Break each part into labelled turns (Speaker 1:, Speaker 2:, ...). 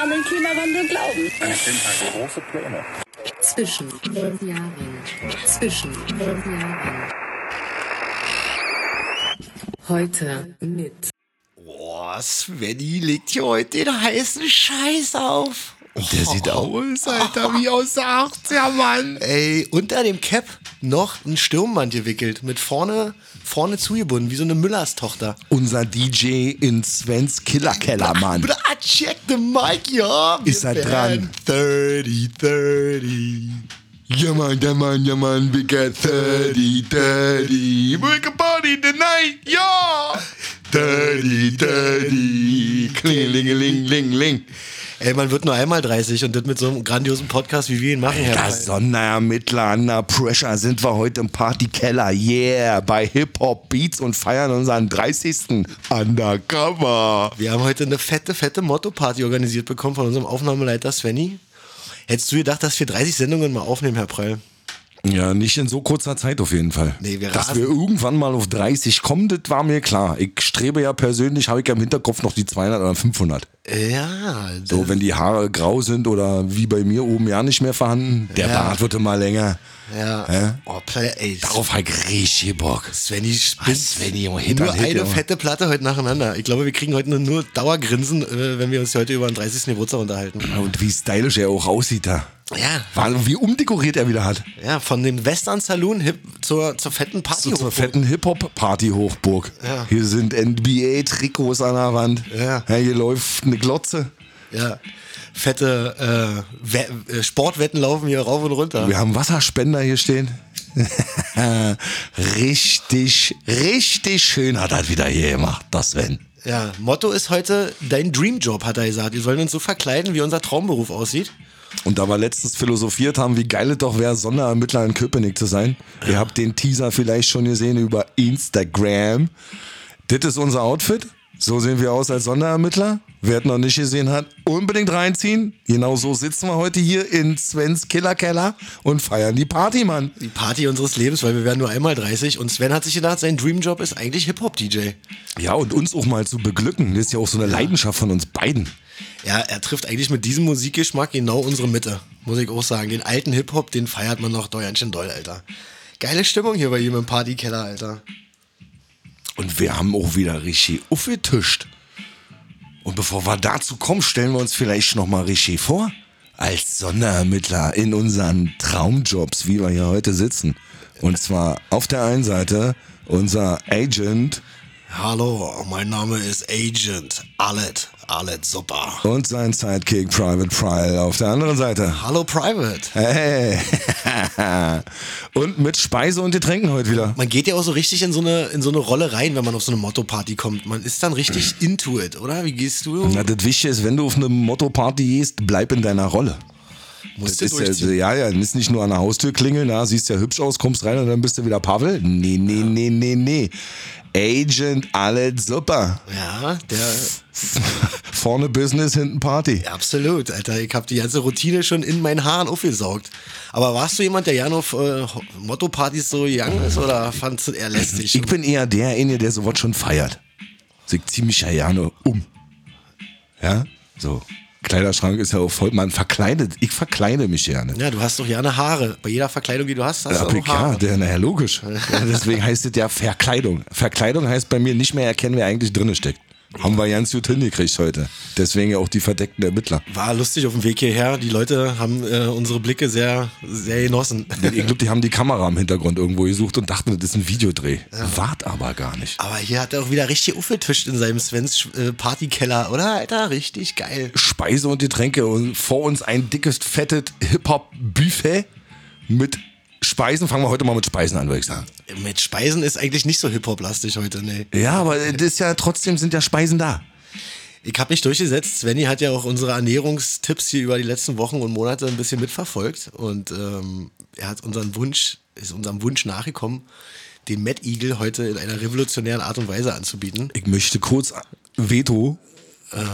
Speaker 1: An den Klimawandel glauben.
Speaker 2: Es sind halt große Pläne.
Speaker 3: Zwischen den Jahren. Zwischen den Jahren. Heute mit.
Speaker 4: Boah, Svenny legt hier heute den heißen Scheiß auf. Oh.
Speaker 5: Und der sieht aus, Alter, wie aus der 80er, Mann.
Speaker 4: Ey, unter dem Cap noch ein Stirnband gewickelt, mit vorne, vorne zugebunden, wie so eine Müllers-Tochter.
Speaker 5: Unser DJ in Svens Killerkeller, Mann.
Speaker 4: Bruder, I check the mic, ja.
Speaker 5: Ist er dran?
Speaker 4: 30, 30.
Speaker 5: Ja, Mann, ja, Mann, ja, Mann, we got 30, 30. Make a party tonight, ja. 30, 30. Klingelingelingeling.
Speaker 4: Ey, man wird nur einmal 30 und das mit so einem grandiosen Podcast, wie wir ihn machen, Herr
Speaker 5: Ja,
Speaker 4: Breit.
Speaker 5: Sonderermittler under pressure sind wir heute im Partykeller, yeah, bei Hip-Hop-Beats und feiern unseren 30. Undercover.
Speaker 4: Wir haben heute eine fette, fette Motto-Party organisiert bekommen von unserem Aufnahmeleiter Svenny. Hättest du gedacht, dass wir 30 Sendungen mal aufnehmen, Herr Prell?
Speaker 5: Ja, nicht in so kurzer Zeit auf jeden Fall.
Speaker 4: Nee, wir
Speaker 5: Dass
Speaker 4: rasen.
Speaker 5: wir irgendwann mal auf 30 kommen, das war mir klar. Ich strebe ja persönlich, habe ich ja im Hinterkopf noch die 200 oder 500.
Speaker 4: Ja,
Speaker 5: So, wenn die Haare grau sind oder wie bei mir oben ja nicht mehr vorhanden, der
Speaker 4: Ja.
Speaker 5: Bart wird immer länger.
Speaker 4: ja.
Speaker 5: Hä?
Speaker 4: Oh, Prell, ey.
Speaker 5: Darauf habe ich richtig Bock.
Speaker 4: Svenny spinnt.
Speaker 5: Ah, Svenny, Junge, Hit
Speaker 4: Nur
Speaker 5: an Hit,
Speaker 4: eine
Speaker 5: Junge.
Speaker 4: fette Platte heute nacheinander. Ich glaube, wir kriegen heute nur- nur Dauergrinsen, äh, wenn wir uns heute über den 30. Geburtstag unterhalten.
Speaker 5: Und wie stylisch er auch aussieht da.
Speaker 4: Ja.
Speaker 5: Wahnsinn, Wie umdekoriert er wieder hat.
Speaker 4: Ja, von dem Western Saloon hip zur, zur fetten Party.
Speaker 5: So zur fetten Hip-Hop-Party-Hochburg.
Speaker 4: Ja.
Speaker 5: Hier sind NBA-Trikots an der Wand.
Speaker 4: Ja.
Speaker 5: Hier läuft eine Glotze.
Speaker 4: Ja. Fette äh, We- äh, Sportwetten laufen hier rauf und runter.
Speaker 5: Wir haben Wasserspender hier stehen. richtig, richtig schön hat er wieder hier gemacht, das Sven.
Speaker 4: Ja, Motto ist heute dein Dreamjob, hat er gesagt. Wir sollen uns so verkleiden, wie unser Traumberuf aussieht.
Speaker 5: Und da wir letztens philosophiert haben, wie geil es doch wäre, Sonderermittler in Köpenick zu sein. Ihr habt den Teaser vielleicht schon gesehen über Instagram. Das ist unser Outfit. So sehen wir aus als Sonderermittler. Wer es noch nicht gesehen hat, unbedingt reinziehen. Genau so sitzen wir heute hier in Svens Killerkeller und feiern die Party, Mann.
Speaker 4: Die Party unseres Lebens, weil wir werden nur einmal 30. Und Sven hat sich gedacht, sein Dreamjob ist eigentlich Hip-Hop-DJ.
Speaker 5: Ja, und uns auch mal zu beglücken. Das ist ja auch so eine Leidenschaft von uns beiden.
Speaker 4: Ja, er trifft eigentlich mit diesem Musikgeschmack genau unsere Mitte, muss ich auch sagen. Den alten Hip-Hop, den feiert man noch doll, ganz schön doll, Alter. Geile Stimmung hier bei ihm im Partykeller, Alter.
Speaker 5: Und wir haben auch wieder richtig aufgetischt. Und bevor wir dazu kommen, stellen wir uns vielleicht nochmal richtig vor. Als Sonderermittler in unseren Traumjobs, wie wir hier heute sitzen. Und zwar auf der einen Seite unser Agent
Speaker 4: Hallo, mein Name ist Agent Alet, Alet Super.
Speaker 5: und sein Sidekick Private Pryle auf der anderen Seite.
Speaker 4: Hallo Private.
Speaker 5: Hey. und mit Speise und Getränken heute wieder.
Speaker 4: Man geht ja auch so richtig in so eine, in so eine Rolle rein, wenn man auf so eine Motto-Party kommt. Man ist dann richtig into it, oder? Wie gehst du?
Speaker 5: Na, das Wichtige ist, wenn du auf eine Motto-Party gehst, bleib in deiner Rolle.
Speaker 4: Musst du
Speaker 5: Das ist
Speaker 4: durchziehen.
Speaker 5: ja, ja, ja, ist nicht nur an der Haustür klingeln, na, siehst ja hübsch aus, kommst rein und dann bist du wieder Pavel. Nee, nee, nee, nee, nee. Agent, alles super.
Speaker 4: Ja, der,
Speaker 5: Vorne Business, hinten Party.
Speaker 4: absolut, Alter. Ich habe die ganze Routine schon in meinen Haaren aufgesaugt. Aber warst du jemand, der gerne auf äh, Ho- Motto-Partys so gegangen ist oder fandst du eher lästig?
Speaker 5: Ich bin eher derjenige, der sowas schon feiert. Also ich zieh mich ja gerne um. Ja, so. Kleiderschrank ist ja auch voll. Man verkleidet, ich verkleide mich gerne.
Speaker 4: ja, du hast doch gerne Haare. Bei jeder Verkleidung, die du hast, hast
Speaker 5: Ja,
Speaker 4: du auch noch
Speaker 5: PK,
Speaker 4: Haare.
Speaker 5: Äh, der, naja, logisch. Ja, deswegen heißt es ja Verkleidung. Verkleidung heißt bei mir nicht mehr erkennen, wer eigentlich drin steckt. Haben wir ganz gut hingekriegt heute. Deswegen ja auch die verdeckten Ermittler.
Speaker 4: War lustig auf dem Weg hierher. Die Leute haben äh, unsere Blicke sehr, sehr genossen.
Speaker 5: Ich glaube, die haben die Kamera im Hintergrund irgendwo gesucht und dachten, das ist ein Videodreh. Wart aber gar nicht.
Speaker 4: Aber hier hat er auch wieder richtig aufgetischt in seinem Svens äh, Partykeller, oder? Alter, richtig geil.
Speaker 5: Speise und Getränke und vor uns ein dickes, fettes Hip-Hop-Buffet mit Speisen. Fangen wir heute mal mit Speisen an, würde ich sagen.
Speaker 4: Mit Speisen ist eigentlich nicht so Hip-Hop-lastig heute, ne?
Speaker 5: Ja, aber das ist ja trotzdem sind ja Speisen da.
Speaker 4: Ich habe mich durchgesetzt. Svenny hat ja auch unsere Ernährungstipps hier über die letzten Wochen und Monate ein bisschen mitverfolgt. Und ähm, er hat unseren Wunsch, ist unserem Wunsch nachgekommen, den Mad Eagle heute in einer revolutionären Art und Weise anzubieten.
Speaker 5: Ich möchte kurz Veto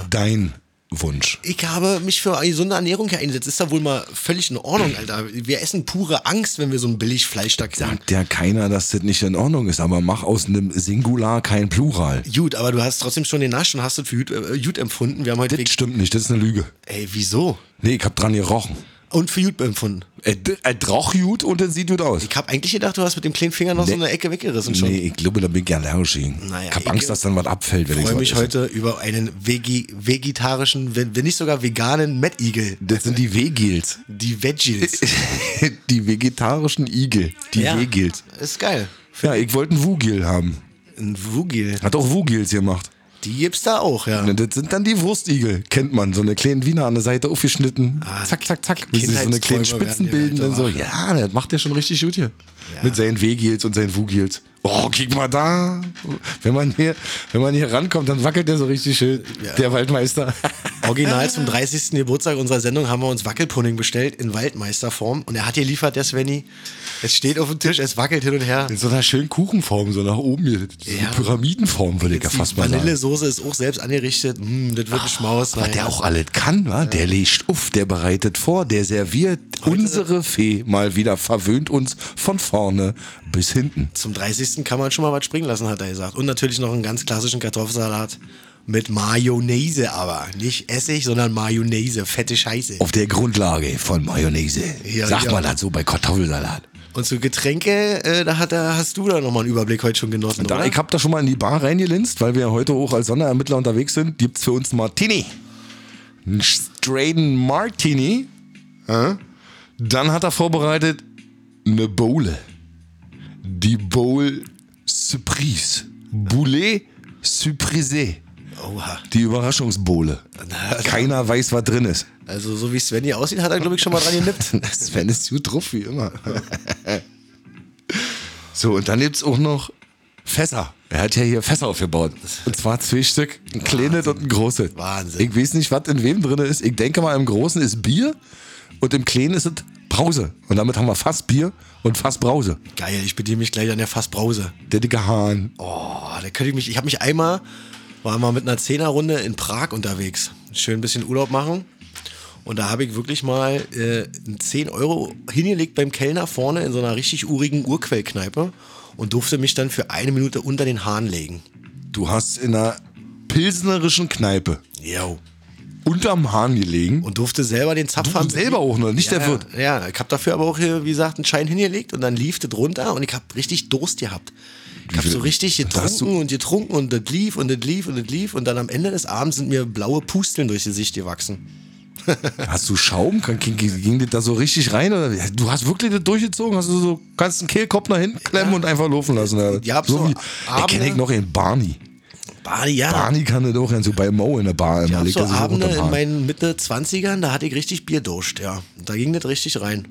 Speaker 5: dein Wunsch.
Speaker 4: Ich habe mich für eine gesunde Ernährung hier eingesetzt. Ist da wohl mal völlig in Ordnung, Alter. Wir essen pure Angst, wenn wir so ein billig Fleischstück sagen.
Speaker 5: Sagt ja keiner, dass das nicht in Ordnung ist, aber mach aus einem Singular kein Plural.
Speaker 4: Gut, aber du hast trotzdem schon den Nasch und hast es für gut, äh, gut empfunden. Wir haben heute.
Speaker 5: Das stimmt nicht, das ist eine Lüge.
Speaker 4: Ey, wieso?
Speaker 5: Nee, ich hab dran gerochen.
Speaker 4: Und für gut empfunden.
Speaker 5: Äh, d- äh, roch gut und dann sieht gut aus.
Speaker 4: Ich habe eigentlich gedacht, du hast mit dem kleinen Finger noch so
Speaker 5: Nee.
Speaker 4: eine Ecke weggerissen schon.
Speaker 5: Nee, ich glaube, da bin ich allergisch gegen.
Speaker 4: Naja,
Speaker 5: ich hab
Speaker 4: ich-
Speaker 5: Angst, dass dann was abfällt, wenn
Speaker 4: Ich
Speaker 5: ich
Speaker 4: freue
Speaker 5: so
Speaker 4: mich
Speaker 5: esse.
Speaker 4: heute über einen vegi vegetarischen, wenn, wenn nicht sogar veganen Mad Eagle.
Speaker 5: Das sind die Wegils.
Speaker 4: Die Veggies.
Speaker 5: die vegetarischen Igel. Die
Speaker 4: Ja.
Speaker 5: Wegils.
Speaker 4: Ist geil.
Speaker 5: Ja, ich wollte einen Wugil haben.
Speaker 4: Ein Wugil.
Speaker 5: Hat auch Wugils gemacht.
Speaker 4: Die gibt's da auch, ja.
Speaker 5: Na, Ne, Das sind dann die Wurstigel, kennt man. So eine kleine Wiener an der Seite aufgeschnitten.
Speaker 4: Ah,
Speaker 5: zack, zack, zack. Bis sie so eine kleine
Speaker 4: Kindheitsträume
Speaker 5: Spitzen
Speaker 4: werden
Speaker 5: bilden.
Speaker 4: die
Speaker 5: Dann so,
Speaker 4: Leute,
Speaker 5: ja, das macht der schon richtig gut hier. Mit seinen Wegils und seinen Wugils. Oh, guck mal da. Wenn man hier, wenn man hier rankommt, dann wackelt der so richtig schön. Der Waldmeister.
Speaker 4: Original zum 30. Geburtstag unserer Sendung haben wir uns Wackelpudding bestellt in Waldmeisterform. Und er hat geliefert, der Svenny. Es steht auf dem Tisch, es wackelt hin und her.
Speaker 5: In so einer schönen Kuchenform, so nach oben hier. So eine
Speaker 4: Ja.
Speaker 5: Pyramidenform, würde ich ja
Speaker 4: Jetzt
Speaker 5: fast
Speaker 4: die
Speaker 5: mal sagen.
Speaker 4: Vanillesoße ist auch selbst angerichtet. Mm, das wird ein Schmaus.
Speaker 5: Aber
Speaker 4: naja.
Speaker 5: der auch alles kann, wa? Der legt auf, der bereitet vor, der serviert. Unsere Fee mal wieder verwöhnt uns von vorne bis hinten.
Speaker 4: Zum 30. kann man schon mal was springen lassen, hat er gesagt. Und natürlich noch einen ganz klassischen Kartoffelsalat mit Mayonnaise, aber nicht Essig, sondern Mayonnaise, fette Scheiße.
Speaker 5: Auf der Grundlage von Mayonnaise.
Speaker 4: Ja,
Speaker 5: Sagt
Speaker 4: ja.
Speaker 5: man das so bei Kartoffelsalat.
Speaker 4: Und zu Getränke, äh, da hat er, hast du da nochmal einen Überblick heute schon genossen.
Speaker 5: Da,
Speaker 4: oder?
Speaker 5: ich hab da schon mal in die Bar reingelinst, weil wir heute auch als Sonderermittler unterwegs sind. Gibt's für uns einen Martini. Einen straighten Martini. Ja. Dann hat er vorbereitet eine Bowle. Die Bowl Surprise. Boulet Surprise.
Speaker 4: Oha.
Speaker 5: Die Überraschungsbowle. also Keiner weiß, was drin ist.
Speaker 4: Also, so wie Sven hier aussieht, hat er, glaube ich, schon mal dran genippt.
Speaker 5: Sven ist gut drauf, wie immer. so, und dann gibt's auch noch Fässer. Er hat ja hier Fässer aufgebaut. Und zwar zwei Stück, ein kleines und ein großes.
Speaker 4: Wahnsinn.
Speaker 5: Ich weiß nicht, was in wem drin ist. Ich denke mal, im Großen ist Bier und im Kleinen ist es Brause. Und damit haben wir Fassbier und Fassbrause.
Speaker 4: Geil, ich bediene mich gleich an der Fassbrause.
Speaker 5: Der dicke Hahn.
Speaker 4: Oh, da könnte ich mich. Ich habe mich einmal, war mal mit einer Zehnerrunde in Prag unterwegs. Schön ein bisschen Urlaub machen. Und da habe ich wirklich mal äh, 10 Euro hingelegt beim Kellner vorne in so einer richtig urigen Urquellkneipe und durfte mich dann für eine Minute unter den Hahn legen.
Speaker 5: Du hast in einer pilsnerischen Kneipe
Speaker 4: Yo.
Speaker 5: unterm Hahn gelegen.
Speaker 4: Und durfte selber den Zapfen.
Speaker 5: Und selber auch noch, nicht
Speaker 4: ja,
Speaker 5: der Wirt.
Speaker 4: Ja, ja. ich habe dafür aber auch, hier, wie gesagt, einen Schein hingelegt und dann lief das runter und ich habe richtig Durst gehabt. Ich habe
Speaker 5: viel-
Speaker 4: so richtig
Speaker 5: Da hast
Speaker 4: getrunken und getrunken und das lief und das lief und das lief und dann am Ende des Abends sind mir blaue Pusteln durch die Sicht gewachsen.
Speaker 5: Hast du Schaum? Kann- Ging, ging, ging das da so richtig rein? Oder? Du hast wirklich das durchgezogen? Hast du so, kannst einen Kehlkopf nach hinten klemmen und einfach laufen lassen? Oder?
Speaker 4: Ja, hab so
Speaker 5: so wie,
Speaker 4: Abende-
Speaker 5: ich kenne ich noch den Barney.
Speaker 4: Barney, ja.
Speaker 5: Barney kann das auch, so bei Mo in der Bar
Speaker 4: Ich
Speaker 5: immer.
Speaker 4: hab
Speaker 5: legt
Speaker 4: so
Speaker 5: er sich auch
Speaker 4: Abende
Speaker 5: unterm
Speaker 4: in
Speaker 5: Hahn.
Speaker 4: meinen Mitte 20ern, da hatte ich richtig Bier duscht, ja. Da ging das richtig rein.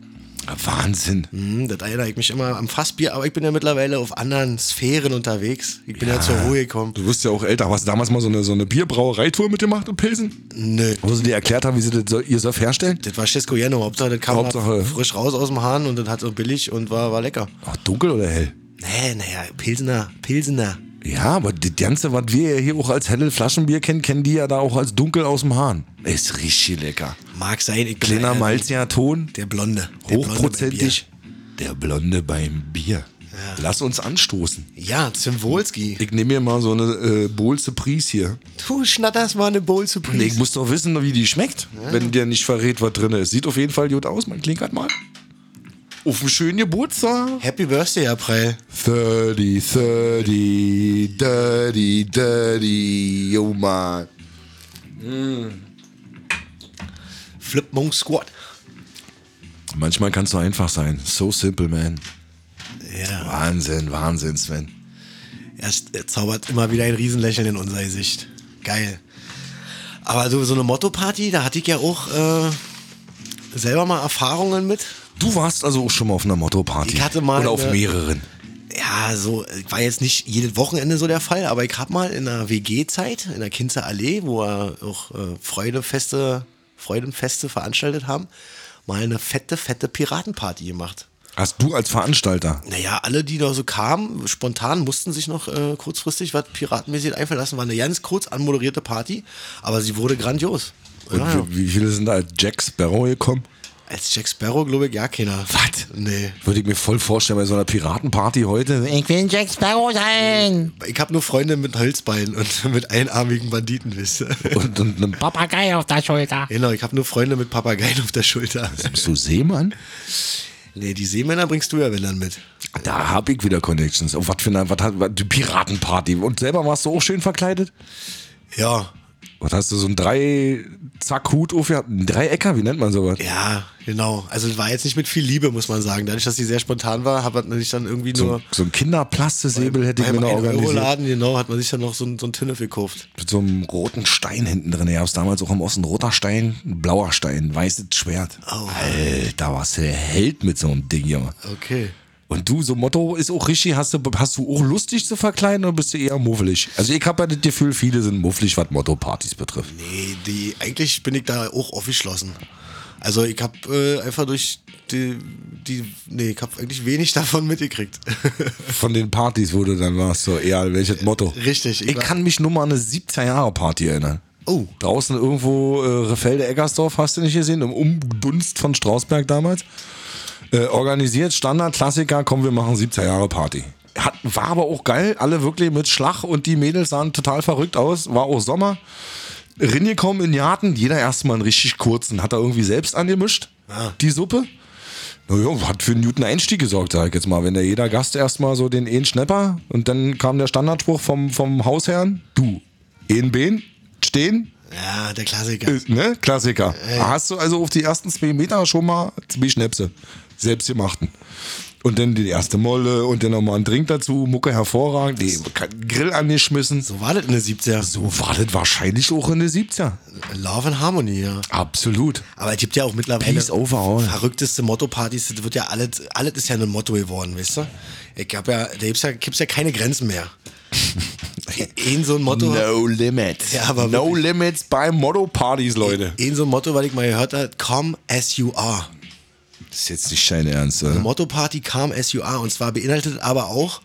Speaker 5: Ah, Wahnsinn.
Speaker 4: Hm, das erinnere ich mich immer am Fassbier, aber ich bin ja mittlerweile auf anderen Sphären unterwegs. Ich bin ja, zur Ruhe gekommen.
Speaker 5: Du wirst ja auch älter. Hast du damals mal so eine, so eine Bierbrauereitour mitgemacht in Pilsen?
Speaker 4: Nö.
Speaker 5: Wo sie dir erklärt haben, wie sie das, so- ihr Surf herstellen?
Speaker 4: Das war Cesco Jeno, Hauptsache, das kam
Speaker 5: Hauptsache.
Speaker 4: frisch raus aus dem Hahn und das hat so billig und war, war lecker.
Speaker 5: Ach, dunkel oder hell?
Speaker 4: Nee, naja, Pilsener, Pilsener.
Speaker 5: Ja, aber das Ganze, was wir ja hier auch als helle Flaschenbier kennen, kennen die ja da auch als dunkel aus dem Hahn. Ist richtig lecker.
Speaker 4: Mag sein, ich bin
Speaker 5: Kleiner
Speaker 4: einer-
Speaker 5: malziger Ton.
Speaker 4: Der Blonde. Der
Speaker 5: Hochprozentig. Der Blonde beim Bier. Lass uns anstoßen.
Speaker 4: Blonde beim Bier. Ja, Zimwolski.
Speaker 5: Ich nehme mir mal so eine äh, Bowl Surprise hier.
Speaker 4: Du schnatterst mal eine
Speaker 5: Nee,
Speaker 4: Bowl
Speaker 5: ich
Speaker 4: Surprise.
Speaker 5: muss doch wissen, wie die schmeckt, wenn dir nicht verrät, was drin ist. Sieht auf jeden Fall gut aus, man klinkert mal. Auf einen schönen Geburtstag.
Speaker 4: Happy Birthday, April.
Speaker 5: 30, 30, dirty, dirty, yo man.
Speaker 4: Flip Monk Squad.
Speaker 5: Manchmal kannst du einfach sein. So simple, man.
Speaker 4: Ja,
Speaker 5: Wahnsinn, Wahnsinn, Sven.
Speaker 4: er, ist- er zaubert immer wieder ein Riesenlächeln in unser Gesicht. Geil. Aber so, so eine Motto-Party, da hatte ich ja auch äh, selber mal Erfahrungen mit.
Speaker 5: Du warst also auch schon mal auf einer Motto-Party.
Speaker 4: Ich hatte mal
Speaker 5: Oder auf
Speaker 4: eine-
Speaker 5: mehreren.
Speaker 4: Ja, so äh, war jetzt nicht jedes Wochenende so der Fall, aber ich hab mal in einer WG-Zeit, in der Kinzer Allee, wo wir auch äh, Freudefeste, Freudenfeste veranstaltet haben, mal eine fette, fette Piratenparty gemacht.
Speaker 5: Hast du als Veranstalter
Speaker 4: Naja, alle, die da so kamen, spontan mussten sich noch äh, kurzfristig was piratenmäßig einfallen lassen. War eine ganz kurz anmoderierte Party, aber sie wurde grandios. ja.
Speaker 5: Wie, wie viele sind da als Jack Sparrow gekommen?
Speaker 4: Als Jack Sparrow, glaube ich, ja keiner. Was? Nee.
Speaker 5: Würde ich mir voll vorstellen bei so einer Piratenparty heute. Ich will Jack Sparrow sein.
Speaker 4: Ich habe nur Freunde mit Holzbeinen und mit einarmigen Banditen, wisst ihr.
Speaker 5: Und, und einem Papa.
Speaker 6: Papagei auf der Schulter.
Speaker 4: Genau, ich habe nur Freunde mit Papageien auf der Schulter.
Speaker 5: Bist du Seemann?
Speaker 4: Nee, die Seemänner bringst du ja, wenn dann mit.
Speaker 5: Da hab ich wieder Connections. Und was für eine was hat, was, die Piratenparty. Und selber warst du auch schön verkleidet?
Speaker 4: Ja,
Speaker 5: Was hast du so einen Drei-Zack-Hut aufgehabt? Ein Dreiecker? Wie nennt man sowas?
Speaker 4: ja, genau. Also es war jetzt nicht mit viel Liebe, muss man sagen. Dadurch, dass sie sehr spontan war, hat man sich dann irgendwie
Speaker 5: So,
Speaker 4: nur
Speaker 5: ein- so ein Kinderplastesäbel hätte ich mir
Speaker 4: beim
Speaker 5: noch
Speaker 4: 1 Euro
Speaker 5: organisiert.
Speaker 4: Laden, genau, hat man sich dann noch so, ein- so ein Tinnef gekauft.
Speaker 5: Mit so einem roten Stein hinten drin. Ihr hab's damals auch im Osten. Roter Stein, ein blauer Stein, weißes Schwert.
Speaker 4: Au.
Speaker 5: Alter, warst du der Held mit so einem Ding, Junge.
Speaker 4: Okay.
Speaker 5: Und du, so Motto ist auch richtig, hast du, hast du auch lustig zu verkleiden oder bist du eher muffelig? Also ich habe ja das Gefühl, viele sind muffelig, was Motto-Partys betrifft.
Speaker 4: Nee, die, eigentlich bin ich da auch aufgeschlossen. Also ich habe äh, einfach durch die, die, nee, ich habe eigentlich wenig davon mitgekriegt.
Speaker 5: Von den Partys, wo du dann warst, so eher welches Motto?
Speaker 4: Äh, Richtig, ich
Speaker 5: Ich
Speaker 4: war-
Speaker 5: kann mich nur mal an eine 70er-Jahre-Party erinnern.
Speaker 4: Oh.
Speaker 5: Draußen irgendwo äh, Refelde-Eggersdorf, hast du nicht gesehen, im Umdunst von Strausberg damals. Äh, organisiert, Standard, Klassiker, komm, wir machen 70er-Jahre-Party. Hat, war aber auch geil, alle wirklich mit Schlag und die Mädels sahen total verrückt aus, war auch Sommer. Ringekommen in Jaten, jeder erstmal einen richtig kurzen, hat er irgendwie selbst angemischt, die Suppe. Naja, hat für einen guten Einstieg gesorgt, sag ich jetzt mal. Wenn der jeder Gast erstmal so den einen Schnepper und dann kam der Standardspruch vom, vom Hausherrn, du, einen Behen, stehen,
Speaker 4: ja, der Klassiker.
Speaker 5: ist, ne? Klassiker. Hast du also auf die ersten zwei Meter schon mal zwei Schnäpse, selbst gemachten. Und dann die erste Molle und dann nochmal einen Drink dazu, Mucke hervorragend, die Grill angeschmissen. So,
Speaker 4: So war das in der 70er.
Speaker 5: war das wahrscheinlich auch in den 70er.
Speaker 4: Love and Harmony, ja.
Speaker 5: Absolut.
Speaker 4: Aber es gibt ja auch mittlerweile
Speaker 5: Peace overall.
Speaker 4: verrückteste Motto-Partys. Das wird ja alles, alles ist ja ein Motto geworden, weißt du? Ich hab ja, da gibt's ja, gibt's ja keine Grenzen mehr. Ein so ein Motto.
Speaker 5: No Limits.
Speaker 4: Ja, aber
Speaker 5: no
Speaker 4: wirklich.
Speaker 5: Limits bei Motto-Partys, Leute.
Speaker 4: Ein so ein Motto, weil ich mal gehört habe, come as you are.
Speaker 5: Das ist jetzt nicht schein Ernst, oder?
Speaker 4: Motto-Party come as you are. Und zwar beinhaltet aber auch,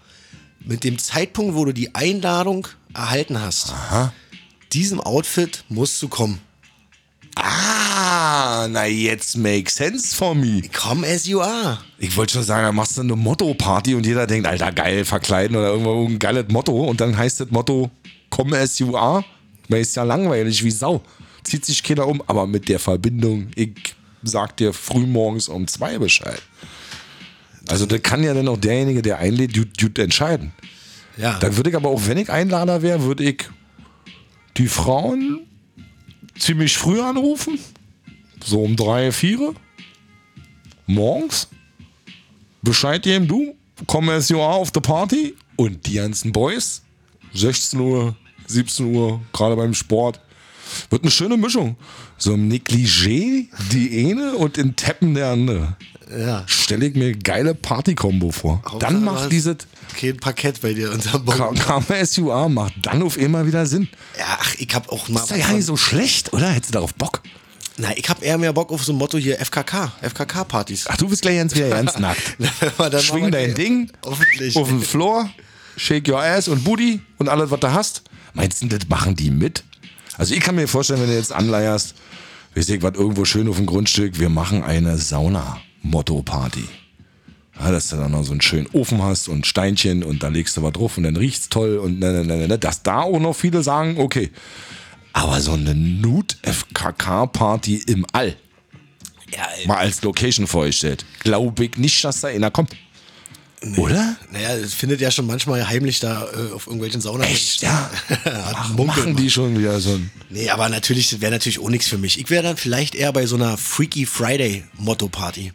Speaker 4: mit dem Zeitpunkt, wo du die Einladung erhalten hast, diesem Outfit musst du kommen.
Speaker 5: Ah, na jetzt makes sense for me.
Speaker 4: Come as you are.
Speaker 5: Ich wollte schon sagen, da machst du eine Motto-Party und jeder denkt, Alter, geil, verkleiden oder irgendwo irgendein geiles Motto. Und dann heißt das Motto, komm as you are. Man ist ja langweilig wie Sau. Zieht sich keiner um, aber mit der Verbindung, ich sag dir frühmorgens um zwei Bescheid. Also das kann ja dann auch derjenige, der einlädt, gut, gut entscheiden.
Speaker 4: Ja.
Speaker 5: Dann würde ich aber auch, wenn ich Einlader wäre, würde ich die Frauen ziemlich früh anrufen. So um drei, vier. Morgens. Bescheid geben, du, komm as you are auf the party. Und die ganzen Boys, 16 Uhr, 17 Uhr, gerade beim Sport. Wird eine schöne Mischung. So im Negligé die eine und in Teppen der andere.
Speaker 4: ja.
Speaker 5: Stelle ich mir geile Party-Kombo vor.
Speaker 4: Hauptsache,
Speaker 5: Dann
Speaker 4: du
Speaker 5: macht
Speaker 4: hast
Speaker 5: dieses
Speaker 4: Kein Parkett bei dir unterm Baum.
Speaker 5: Karma SUR macht dann auf immer wieder Sinn.
Speaker 4: Ja, ach, ich hab auch mal.
Speaker 5: Ist doch ja nicht so schlecht, oder? Hättest du darauf Bock?
Speaker 4: Na, ich hab eher mehr Bock auf so ein Motto hier FKK, FKK-Partys.
Speaker 5: Ach, du bist gleich ganz wieder ganz nackt. Schwing dein Ding
Speaker 4: Hoffentlich.
Speaker 5: auf den Floor, shake your ass und Booty und alles, was du hast. Meinst du, das machen die mit? Also ich kann mir vorstellen, wenn du jetzt anleierst, wir sehen was irgendwo schön auf dem Grundstück, wir machen eine Sauna-Motto-Party. Ja, dass du dann noch so einen schönen Ofen hast und ein Steinchen und da legst du was drauf und dann riecht's toll und ne, ne, ne, ne, ne. Dass da auch noch viele sagen, okay. Aber so eine Nude-FKK-Party im All,
Speaker 4: Ja, ey.
Speaker 5: mal als Location vorgestellt, glaube ich nicht, dass da einer kommt. Oder?
Speaker 4: Naja, es findet ja schon manchmal heimlich da äh, auf irgendwelchen Saunas.
Speaker 5: Echt, ja.
Speaker 4: Ach,
Speaker 5: Machen die schon wieder so ein.
Speaker 4: Nee, aber natürlich, das wäre natürlich auch nichts für mich. Ich wäre dann vielleicht eher bei so einer Freaky Friday Motto-Party.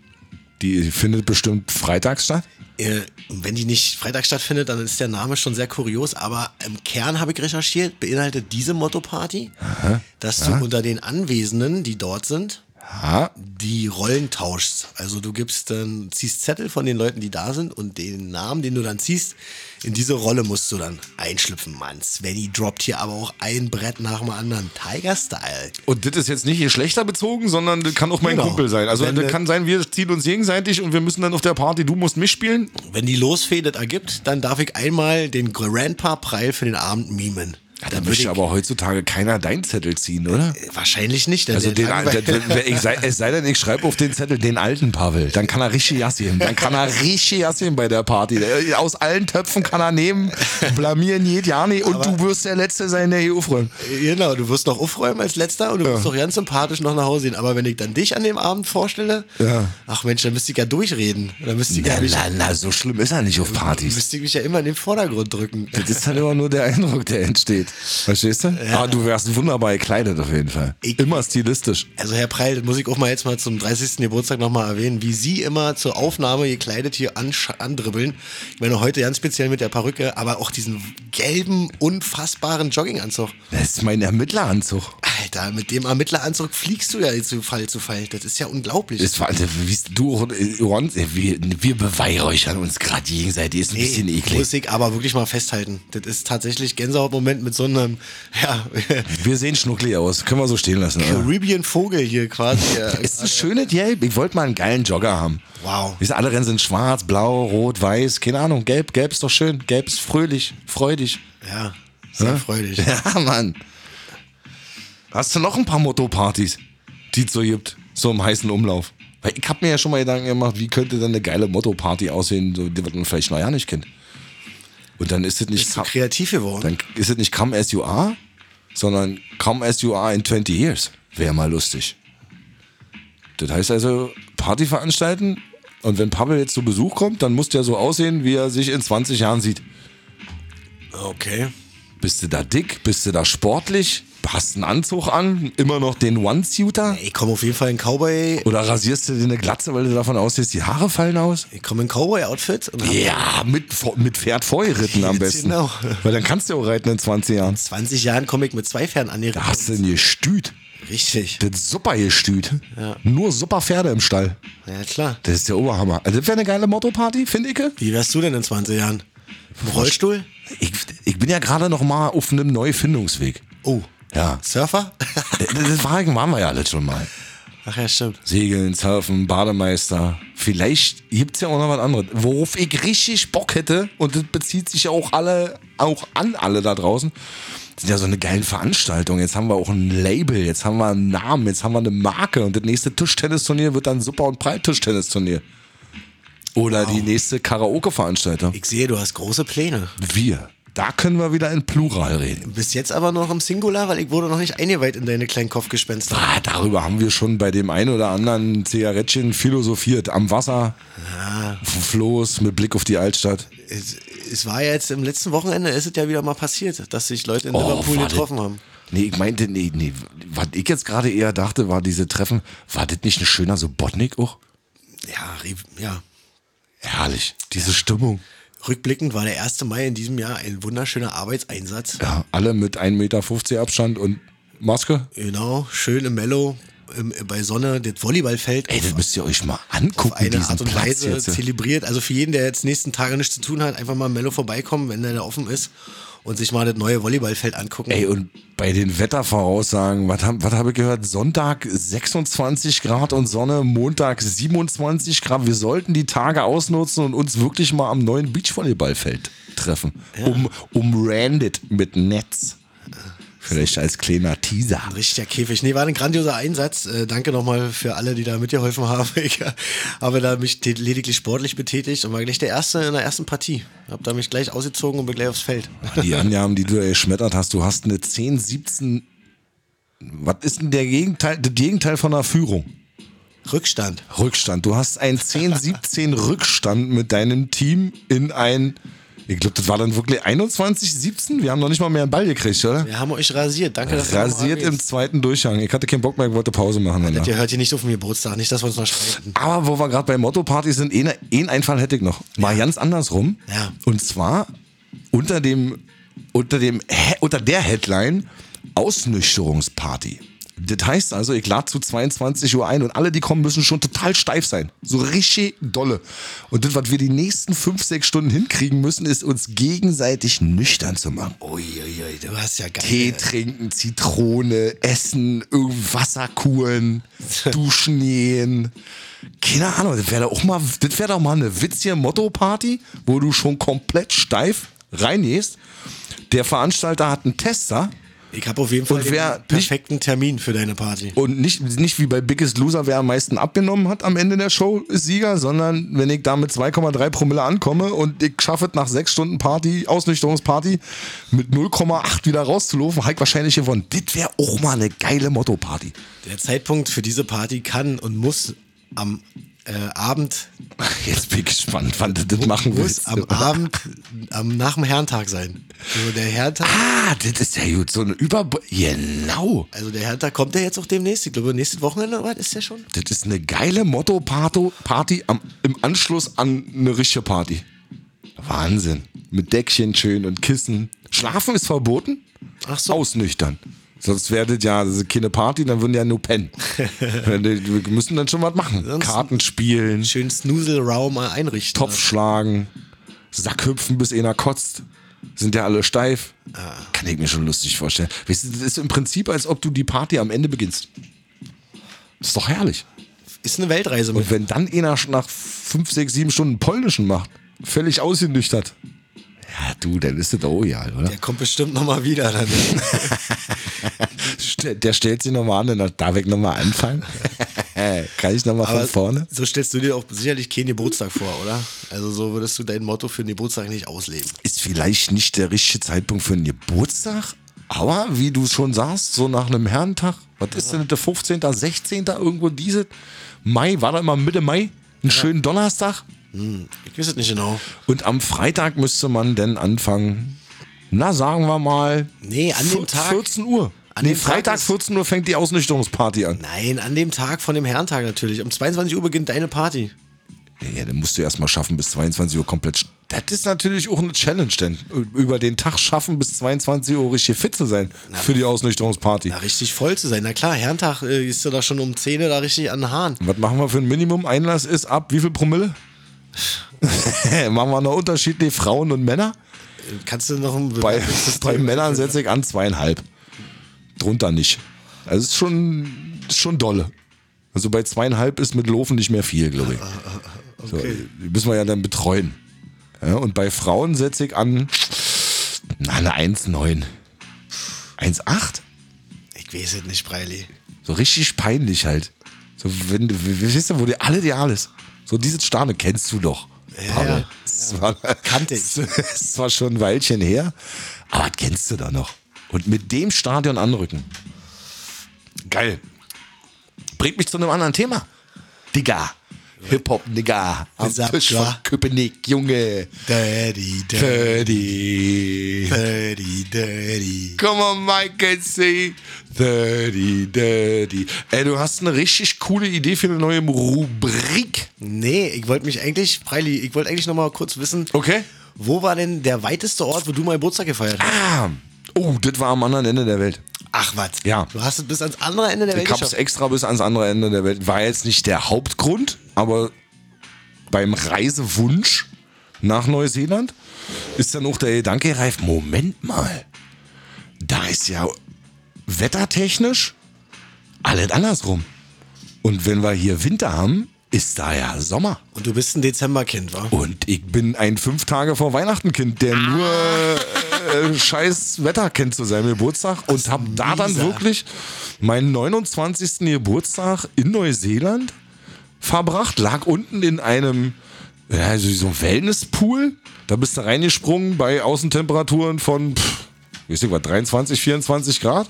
Speaker 5: Die findet bestimmt freitags statt.
Speaker 4: Äh, Wenn die nicht Freitag stattfindet, dann ist der Name schon sehr kurios, aber im Kern habe ich recherchiert, beinhaltet diese Motto-Party, dass du unter den Anwesenden, die dort sind,
Speaker 5: Ja.
Speaker 4: die Rollen tauschst. Also du gibst dann, ziehst Zettel von den Leuten, die da sind und den Namen, den du dann ziehst, in diese Rolle musst du dann einschlüpfen, Mann. Svenny droppt hier aber auch ein Brett nach dem anderen. Tiger-Style.
Speaker 5: Und das ist jetzt nicht schlechter bezogen, sondern das kann auch mein
Speaker 4: Genau.
Speaker 5: Kumpel sein. Also
Speaker 4: Wenn
Speaker 5: das
Speaker 4: du-
Speaker 5: kann sein, wir ziehen uns gegenseitig und wir müssen dann auf der Party, du musst mitspielen.
Speaker 4: Wenn die Losfee das ergibt, dann darf ich einmal den Grandpa Preil für den Abend mimen.
Speaker 5: Ja, da würde
Speaker 4: ich-
Speaker 5: aber heutzutage keiner deinen Zettel ziehen, oder?
Speaker 4: Wahrscheinlich nicht. denn
Speaker 5: Also
Speaker 4: der
Speaker 5: den, al-
Speaker 4: Langweil-
Speaker 5: der- der- ich sei, es sei denn, ich schreibe auf den Zettel den alten Pavel. Dann kann er richtig jassieren. Dann kann er richtig jassieren bei der Party. Der- Aus allen Töpfen kann er nehmen, blamieren jed Jani und du wirst der Letzte sein, der hier aufräumt.
Speaker 4: Genau, du wirst noch aufräumen als letzter und du wirst doch ganz sympathisch noch nach Hause gehen. Aber wenn ich dann dich an dem Abend vorstelle,
Speaker 5: Ja.
Speaker 4: ach Mensch, dann müsste ich ja durchreden. Dann müsste ich, ja mich,
Speaker 5: so schlimm ist er nicht auf Partys.
Speaker 4: müsste ich mich ja immer in den Vordergrund drücken.
Speaker 5: Das ist halt immer nur der Eindruck, der entsteht. Verstehst du? Aber du wärst wunderbar gekleidet auf jeden Fall.
Speaker 4: Ich-
Speaker 5: Immer stilistisch.
Speaker 4: Also Herr Preil, das muss ich auch mal jetzt mal zum 30. Geburtstag nochmal erwähnen, wie Sie immer zur Aufnahme gekleidet hier ansch- andribbeln. Ich meine, heute ganz speziell mit der Perücke, aber auch diesen gelben, unfassbaren Jogginganzug.
Speaker 5: Das ist mein Ermittleranzug.
Speaker 4: Alter, mit dem Ermittleranzug fliegst du ja jetzt zu Fall zu Fall. Das ist ja unglaublich.
Speaker 5: Das war, wie ist- du und äh, Ron, äh, wir, wir beweihräuchern uns gerade gegenseitig. Ist ein bisschen eklig.
Speaker 4: Muss ich aber wirklich mal festhalten. Das ist tatsächlich Gänsehautmoment mit so einem ja,
Speaker 5: Wir sehen schnucklig aus. Können wir so stehen lassen. Oder?
Speaker 4: Caribbean Vogel hier quasi. äh,
Speaker 5: Ist ein schönes Gelb. Ich wollte mal einen geilen Jogger haben.
Speaker 4: Wow.
Speaker 5: Wie alle Rennen sind schwarz, blau, rot, weiß. Keine Ahnung. Gelb. Gelb ist doch schön. Gelb ist fröhlich, freudig.
Speaker 4: ja, sehr
Speaker 5: Hä?
Speaker 4: freudig.
Speaker 5: Ja, Mann. Hast du noch ein paar Motto-Partys, die es so gibt? So im heißen Umlauf. Weil ich habe mir ja schon mal Gedanken gemacht, wie könnte denn eine geile Motto-Party aussehen, so, die man vielleicht noch ja nicht kennt. Und dann ist es nicht
Speaker 4: Bist du
Speaker 5: Ka-
Speaker 4: kreativ geworden?
Speaker 5: dann ist es nicht come as you are, sondern come as you are in 20 years. Wäre mal lustig. Das heißt also, Party veranstalten und wenn Pavel jetzt zu Besuch kommt, dann muss der so aussehen, wie er sich in 20 Jahren sieht.
Speaker 4: Okay.
Speaker 5: Bist du da dick? Bist du da sportlich? Hast einen Anzug an? Immer noch den One-Suiter?
Speaker 4: Ich komme auf jeden Fall in Cowboy.
Speaker 5: Oder rasierst du dir eine Glatze, weil du davon aussiehst, die Haare fallen aus?
Speaker 4: Ich komme in Cowboy-Outfit und habe
Speaker 5: Ja, mit, mit Pferd vorgeritten am
Speaker 4: Ganz
Speaker 5: besten.
Speaker 4: genau.
Speaker 5: Weil dann kannst du ja auch reiten in 20 Jahren.
Speaker 4: 20 Jahren komme ich mit zwei Pferden angerückt.
Speaker 5: Da hast du ein Gestüt.
Speaker 4: Richtig.
Speaker 5: Das super gestüt. Nur super Pferde im Stall.
Speaker 4: Ja, klar.
Speaker 5: Das ist der Oberhammer. Also das wäre eine geile Motto-Party, finde ich.
Speaker 4: Wie wärst du denn in 20 Jahren? Im Rollstuhl?
Speaker 5: ich. Ich bin ja gerade noch mal auf einem Neufindungsweg.
Speaker 4: Oh.
Speaker 5: Ja.
Speaker 4: Surfer?
Speaker 5: Das- Das war- waren wir ja alles schon mal.
Speaker 4: Ach ja, stimmt.
Speaker 5: Segeln, Surfen, Bademeister. Vielleicht gibt's ja auch noch was anderes. Worauf ich richtig Bock hätte, und das bezieht sich ja auch alle, auch an alle da draußen, sind ja so eine geile Veranstaltung. Jetzt haben wir auch ein Label, jetzt haben wir einen Namen, jetzt haben wir eine Marke und das nächste Tischtennisturnier wird dann Super- und Breit-Tischtennisturnier. Oder die nächste Karaoke-Veranstaltung.
Speaker 4: Ich sehe, du hast große Pläne.
Speaker 5: Wir. Da können wir wieder in Plural reden.
Speaker 4: Bis jetzt aber noch im Singular, weil ich wurde noch nicht eingeweiht in deine kleinen Kopfgespenster.
Speaker 5: Ah, darüber haben wir schon bei dem einen oder anderen Zigarettchen philosophiert. Am Wasser, auf dem Floß, mit Blick auf die Altstadt.
Speaker 4: Es, es war ja jetzt im letzten Wochenende, ist es ja wieder mal passiert, dass sich Leute in
Speaker 5: Oh,
Speaker 4: Liverpool
Speaker 5: war
Speaker 4: getroffen
Speaker 5: das-
Speaker 4: haben.
Speaker 5: Nee, ich meinte, nee, nee. Was ich jetzt gerade eher dachte, war diese Treffen, war das nicht ein schöner Sobotnik auch?
Speaker 4: Ja, Re- ja.
Speaker 5: Herrlich, diese Stimmung.
Speaker 4: Rückblickend war der 1. Mai in diesem Jahr ein wunderschöner Arbeitseinsatz.
Speaker 5: Ja, alle mit 1,50 Meter Abstand und Maske.
Speaker 4: Genau, schön im Mellow, im, bei Sonne, das Volleyballfeld.
Speaker 5: Ey, das müsst ihr euch mal angucken,
Speaker 4: auf eine
Speaker 5: diesen
Speaker 4: Art und
Speaker 5: Platz
Speaker 4: Weise
Speaker 5: jetzt.
Speaker 4: zelebriert. Also für jeden, der jetzt nächsten Tage nichts zu tun hat, einfach mal Mello vorbeikommen, wenn der da offen ist und sich mal das neue Volleyballfeld angucken.
Speaker 5: Ey, und bei den Wettervoraussagen, was habe hab ich gehört? Sonntag 26 Grad und Sonne, Montag 27 Grad. Wir sollten die Tage ausnutzen und uns wirklich mal am neuen Beachvolleyballfeld treffen. Um, umrandet mit Netz. Vielleicht als kleiner Teaser.
Speaker 4: Richtiger Käfig. Nee, war ein grandioser Einsatz. Äh, danke nochmal für alle, die da mitgeholfen haben. Ich habe da mich te- lediglich sportlich betätigt und war gleich der Erste in der ersten Partie. Hab da mich gleich ausgezogen und bin gleich aufs Feld.
Speaker 5: Die Angaben, die du da geschmettert hast, du hast eine 10, 17. Was ist denn der Gegenteil, das Gegenteil von einer Führung?
Speaker 4: Rückstand.
Speaker 5: Rückstand. Du hast einen 10-17 Rückstand mit deinem Team in ein, ich glaube, das war dann wirklich 21-17. Wir haben noch nicht mal mehr einen Ball gekriegt, oder?
Speaker 4: Wir haben euch rasiert. Danke, dass ihr
Speaker 5: Rasiert
Speaker 4: nochmal
Speaker 5: im
Speaker 4: erwähnt.
Speaker 5: zweiten Durchgang. Ich hatte keinen Bock mehr, ich wollte Pause machen danach.
Speaker 4: Ihr hört hier nicht auf dem Geburtstag, nicht, dass wir uns noch streiten.
Speaker 5: Aber wo wir gerade bei Motto-Partys sind, einen ein Einfall hätte ich noch. Mal ganz andersrum.
Speaker 4: Ja.
Speaker 5: Und zwar unter dem, unter dem, He- unter der Headline Ausnüchterungsparty. Das heißt also, ich lade zu 22 Uhr ein und alle, die kommen, müssen schon total steif sein. So richtig dolle. Und das, was wir die nächsten 5, 6 Stunden hinkriegen müssen, ist uns gegenseitig nüchtern zu machen.
Speaker 4: Uiuiui, du hast ja geil.
Speaker 5: Tee trinken, Zitrone, essen, irgendwie Wasserkuren, duschen gehen. Keine Ahnung, das wäre doch auch mal, das wäre doch mal eine witzige Motto-Party, wo du schon komplett steif reingehst. Der Veranstalter hat einen Tester
Speaker 4: Ich habe auf jeden Fall
Speaker 5: Und wer
Speaker 4: den perfekten Termin für deine Party.
Speaker 5: und nicht, nicht wie bei Biggest Loser, wer am meisten abgenommen hat am Ende der Show, ist Sieger, sondern wenn ich da mit 2,3 Promille ankomme und ich schaffe es nach sechs Stunden Party, Ausnüchterungsparty, mit 0,8 wieder rauszulaufen, habe ich wahrscheinlich gewonnen. Das wäre auch mal eine geile Motto-Party.
Speaker 4: Der Zeitpunkt für diese Party kann und muss am äh, Abend,
Speaker 5: Jetzt bin ich gespannt, wann du das machen
Speaker 4: muss
Speaker 5: willst.
Speaker 4: am Abend, am, nach dem Herrentag sein. Also der Herrentag,
Speaker 5: Ah, das ist ja gut. So eine Über... Genau.
Speaker 4: also der Herrentag kommt ja jetzt auch demnächst. Ich glaube, nächstes Wochenende oder was ist der schon?
Speaker 5: Das ist eine geile Motto-Party am- im Anschluss an eine richtige Party. Wahnsinn. Mit Deckchen schön und Kissen. Schlafen ist verboten?
Speaker 4: Ach so.
Speaker 5: Ausnüchtern. Sonst werdet ja das ist keine Party, dann würden ja nur pennen. Wenn die- Wir müssen dann schon was machen.
Speaker 4: Sonst-
Speaker 5: Karten spielen,
Speaker 4: Schön Snoozel-Raum einrichten.
Speaker 5: Topf schlagen, Sack hüpfen, bis einer kotzt. Sind ja alle steif.
Speaker 4: Ah.
Speaker 5: Kann ich mir schon lustig vorstellen. Weißt du, das ist im Prinzip, als ob du die Party am Ende beginnst. Ist doch herrlich.
Speaker 4: Ist eine Weltreise mit.
Speaker 5: Und wenn dann einer schon nach fünf, sechs, sieben Stunden Polnischen macht, völlig ausgenüchtert. Ja, du, dann ist das auch ja, oder?
Speaker 4: Der kommt bestimmt nochmal wieder. Dann.
Speaker 5: Der, der stellt sich nochmal an und sagt, darf ich nochmal anfangen? Kann ich nochmal von vorne?
Speaker 4: so stellst du dir auch sicherlich keinen Geburtstag vor, oder? Also so würdest du dein Motto für den Geburtstag nicht ausleben.
Speaker 5: Ist vielleicht nicht der richtige Zeitpunkt für einen Geburtstag, aber wie du schon sagst, so nach einem Herrentag, was ist denn der 15., 16., irgendwo diese Mai, war da immer Mitte Mai, einen schönen Donnerstag,
Speaker 4: Ich weiß es nicht genau.
Speaker 5: Und am Freitag müsste man denn anfangen. Na, sagen wir mal.
Speaker 4: Nee, an dem
Speaker 5: vier-
Speaker 4: Tag-
Speaker 5: 14 Uhr.
Speaker 4: an
Speaker 5: nee,
Speaker 4: dem Tag
Speaker 5: Freitag
Speaker 4: ist-
Speaker 5: 14 Uhr fängt die Ausnüchterungsparty an.
Speaker 4: Nein, an dem Tag von dem Herrentag natürlich. Um 22 Uhr beginnt deine Party.
Speaker 5: Ja, dann musst du erstmal schaffen, bis 22 Uhr komplett. sch- Das ist natürlich auch eine Challenge, denn über den Tag schaffen, bis 22 Uhr richtig fit zu sein für die Ausnüchterungsparty.
Speaker 4: Na, richtig voll zu sein. Na klar, Herrentag äh, ist du da schon um 10 Uhr da richtig an den Haaren.
Speaker 5: Was machen wir für ein Minimum? Einlass ist ab wie viel Promille? machen wir noch unterschiedlich Frauen und Männer?
Speaker 4: Kannst du noch ein
Speaker 5: bei, bei
Speaker 4: Bewerbungssystem-
Speaker 5: Männern setze ich an zweieinhalb. Drunter nicht. Also es ist schon, ist schon dolle. Also bei zweieinhalb ist mit Lofen nicht mehr viel, glaube ich. So, die müssen wir ja dann betreuen. Ja, und bei Frauen setze ich an na, eine 1,9. 1,8?
Speaker 4: Ich weiß es nicht, Breili.
Speaker 5: So richtig peinlich halt. So, wenn du, we- weißt du, wo dir alle ideal ist. So dieses Sterne kennst du doch.
Speaker 4: Ja,
Speaker 5: Pavel.
Speaker 4: ja.
Speaker 5: Das war,
Speaker 4: Kannte ich.
Speaker 5: Es war schon ein Weilchen her, aber das kennst du da noch. Und mit dem Stadion anrücken. Geil. Bringt mich zu einem anderen Thema. Digga. Hip-Hop, Digga. Am
Speaker 4: Ist ab,
Speaker 5: Tisch
Speaker 4: klar.
Speaker 5: von Köpenick, Junge.
Speaker 4: Daddy, daddy,
Speaker 5: Dirty.
Speaker 4: daddy, daddy.
Speaker 5: Come on, Michael C. Dirty, dirty. Ey, du hast eine richtig coole Idee für eine neue Rubrik.
Speaker 4: Nee, ich wollte mich eigentlich, Breili, ich wollte eigentlich noch mal kurz wissen,
Speaker 5: Okay.
Speaker 4: wo war denn der weiteste Ort, wo du mal Geburtstag gefeiert hast?
Speaker 5: Ah. Oh, das war am anderen Ende der Welt.
Speaker 4: Ach was.
Speaker 5: Ja.
Speaker 4: Du hast es bis ans andere Ende der Welt
Speaker 5: Ich hab's
Speaker 4: geschafft.
Speaker 5: extra bis ans andere Ende der Welt. War jetzt nicht der Hauptgrund, aber beim Reisewunsch nach Neuseeland ist dann auch der Gedanke reif, Moment mal, da ist ja wettertechnisch alles andersrum. Und wenn wir hier Winter haben, ist da ja Sommer.
Speaker 4: Und du bist ein Dezemberkind, wa?
Speaker 5: Und ich bin ein fünf Tage vor Weihnachten Kind, der nur äh, scheiß Wetter kennt zu seinem Geburtstag und habe da dann
Speaker 4: mieser.
Speaker 5: wirklich meinen 29. Geburtstag in Neuseeland verbracht, lag unten in einem ja, also so einem Wellnesspool, da bist du reingesprungen bei Außentemperaturen von pff, weiß ich was, 23, 24 Grad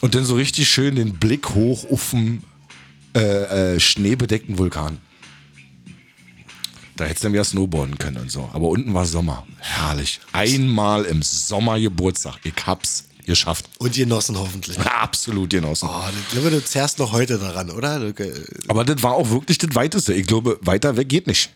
Speaker 5: und dann so richtig schön den Blick hoch auf den äh, äh, schneebedeckten Vulkan. Da hättest du dann wieder snowboarden können und so. Aber unten war Sommer. Herrlich. Einmal im Sommer Geburtstag. Ich hab's geschafft.
Speaker 4: Und genossen hoffentlich.
Speaker 5: Absolut genossen.
Speaker 4: Oh, ich glaube, du zerrst noch heute daran, oder? Du, äh,
Speaker 5: Aber das war auch wirklich das Weiteste. Ich glaube, weiter weg geht nicht.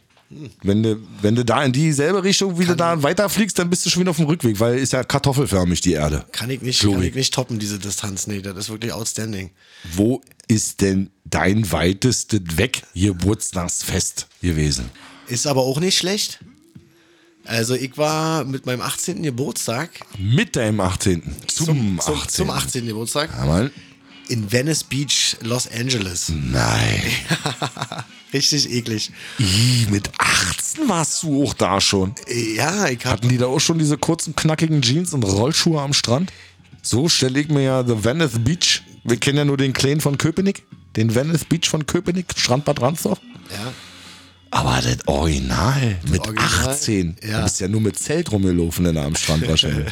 Speaker 5: Wenn du, wenn du da in dieselbe Richtung, wie du da weiterfliegst, dann bist du schon wieder auf dem Rückweg, weil ist ja kartoffelförmig die Erde.
Speaker 4: kann ich nicht,
Speaker 5: Glaub
Speaker 4: kann
Speaker 5: ich.
Speaker 4: ich nicht toppen, diese Distanz. Nee, das ist wirklich outstanding.
Speaker 5: Wo ist denn dein weitestes Weg Geburtstagsfest gewesen?
Speaker 4: Ist aber auch nicht schlecht. Also ich war mit meinem 18. Geburtstag
Speaker 5: Mit deinem 18. Zum,
Speaker 4: zum,
Speaker 5: 18.
Speaker 4: zum 18. Geburtstag
Speaker 5: Ja, Mann.
Speaker 4: in Venice Beach, Los Angeles.
Speaker 5: Hm. Nein.
Speaker 4: Richtig eklig.
Speaker 5: Ih, mit 18 warst du auch da schon.
Speaker 4: Ja, ich hab.
Speaker 5: Hatten die da auch schon diese kurzen, knackigen Jeans und Rollschuhe am Strand? So stelle ich mir ja The Venice Beach. Wir kennen ja nur den Kleinen von Köpenick. Den Venice Beach von Köpenick, Strandbad Ransdorf.
Speaker 4: Ja.
Speaker 5: Aber das Original mit
Speaker 4: Original?
Speaker 5: 18.
Speaker 4: Ja.
Speaker 5: Du bist ja nur mit Zelt rumgelaufen in am Strand wahrscheinlich.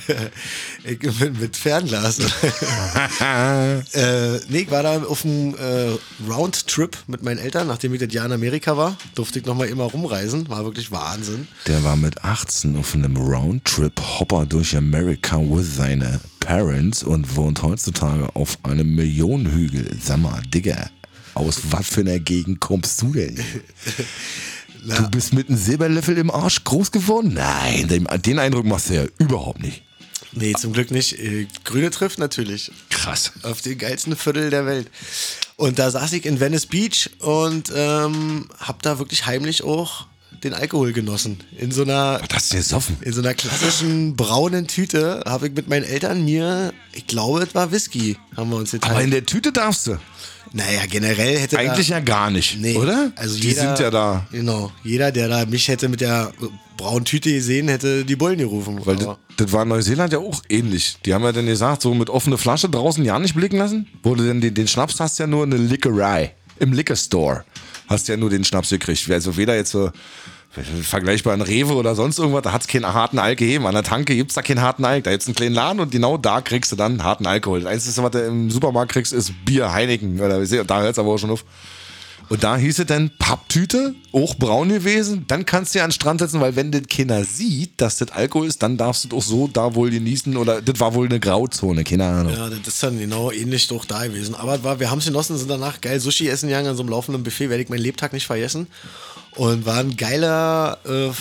Speaker 4: Ich bin mit Fernglas. äh, nee, ich war da auf einem äh, Roundtrip mit meinen Eltern, nachdem ich das Jahr in Amerika war. Durfte ich nochmal immer rumreisen. War wirklich Wahnsinn.
Speaker 5: Der war mit 18 auf einem Roundtrip-Hopper durch Amerika with seine Parents und wohnt heutzutage auf einem Millionenhügel. Sag mal, Digga, aus was für einer Gegend kommst du denn? Du bist mit einem Silberlöffel im Arsch groß geworden? Nein, den, den Eindruck machst du ja überhaupt nicht.
Speaker 4: Nee, zum Glück nicht. Äh, Grüne trifft natürlich.
Speaker 5: Krass.
Speaker 4: Auf den geilsten Viertel der Welt. Und da saß ich in Venice Beach und ähm, hab da wirklich heimlich auch den Alkohol genossen. In so einer
Speaker 5: Was hast du gesoffen?
Speaker 4: In so einer klassischen braunen Tüte habe ich mit meinen Eltern mir, ich glaube, es war Whisky, haben wir uns geteilt.
Speaker 5: Aber in der Tüte darfst du.
Speaker 4: naja, generell hätte
Speaker 5: Eigentlich
Speaker 4: da,
Speaker 5: ja gar nicht,
Speaker 4: nee,
Speaker 5: oder?
Speaker 4: Also
Speaker 5: die
Speaker 4: jeder,
Speaker 5: sind ja da.
Speaker 4: Genau, jeder, der da mich hätte mit der äh, braunen Tüte gesehen, hätte die Bullen gerufen.
Speaker 5: Weil das,
Speaker 4: Aber-
Speaker 5: das war in Neuseeland ja auch ähnlich. Die haben ja dann gesagt, so mit offener Flasche draußen ja nicht blicken lassen. Wurde denn den, den Schnaps hast du ja nur in der Lickerei. Im Liquor Store hast du ja nur den Schnaps gekriegt. Also weder jetzt so vergleichbar an Rewe oder sonst irgendwas, da hat es keinen harten Alk gegeben. An der Tanke gibt es da keinen harten Alk. Da gibt es einen kleinen Laden und genau da kriegst du dann harten Alkohol. Das Einzige, was du im Supermarkt kriegst, ist Bier, Heineken. Oder, da hört es aber auch schon auf. Und da hieß es dann Papptüte, auch braun gewesen. Dann kannst du ja an den Strand setzen, weil wenn das Kinder sieht, dass das Alkohol ist, dann darfst du doch so da wohl genießen. Oder das war wohl eine Grauzone, keine Ahnung.
Speaker 4: Ja, das ist dann genau ähnlich doch da gewesen. Aber es war, wir haben es genossen, sind danach geil Sushi essen gegangen an so einem laufenden Buffet, werde ich meinen Lebtag nicht vergessen. Und war ein geiler äh,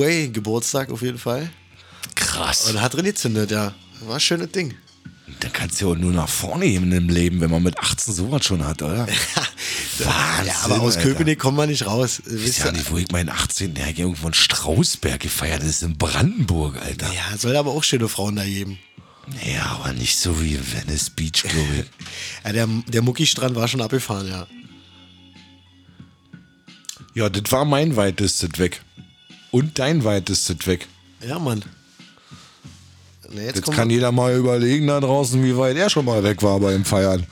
Speaker 4: Far-Away-Geburtstag auf jeden Fall.
Speaker 5: Krass.
Speaker 4: Und hat drin gezündet, ja. War ein schönes Ding.
Speaker 5: Dann kannst du ja auch nur nach vorne gehen im Leben, wenn man mit 18 sowas schon hat, oder? Wahnsinn,
Speaker 4: Ja, aber aus
Speaker 5: Alter.
Speaker 4: Köpenick kommt man nicht raus.
Speaker 5: Ich weiß ja nicht, wo ich meinen 18. Ja, ich hab irgendwo in Strausberg gefeiert. Das ist in Brandenburg, Alter.
Speaker 4: Ja, soll aber auch schöne Frauen da geben.
Speaker 5: Ja, aber nicht so wie in Venice Beach, glaube ich.
Speaker 4: Ja, der, der Muckistrand war schon abgefahren, ja.
Speaker 5: ja, das war mein weitestes weg. Und dein weitestes weg.
Speaker 4: Ja, Mann. Nee, jetzt
Speaker 5: Jetzt
Speaker 4: kommt
Speaker 5: kann jeder mal überlegen da draußen, wie weit er schon mal weg war beim Feiern.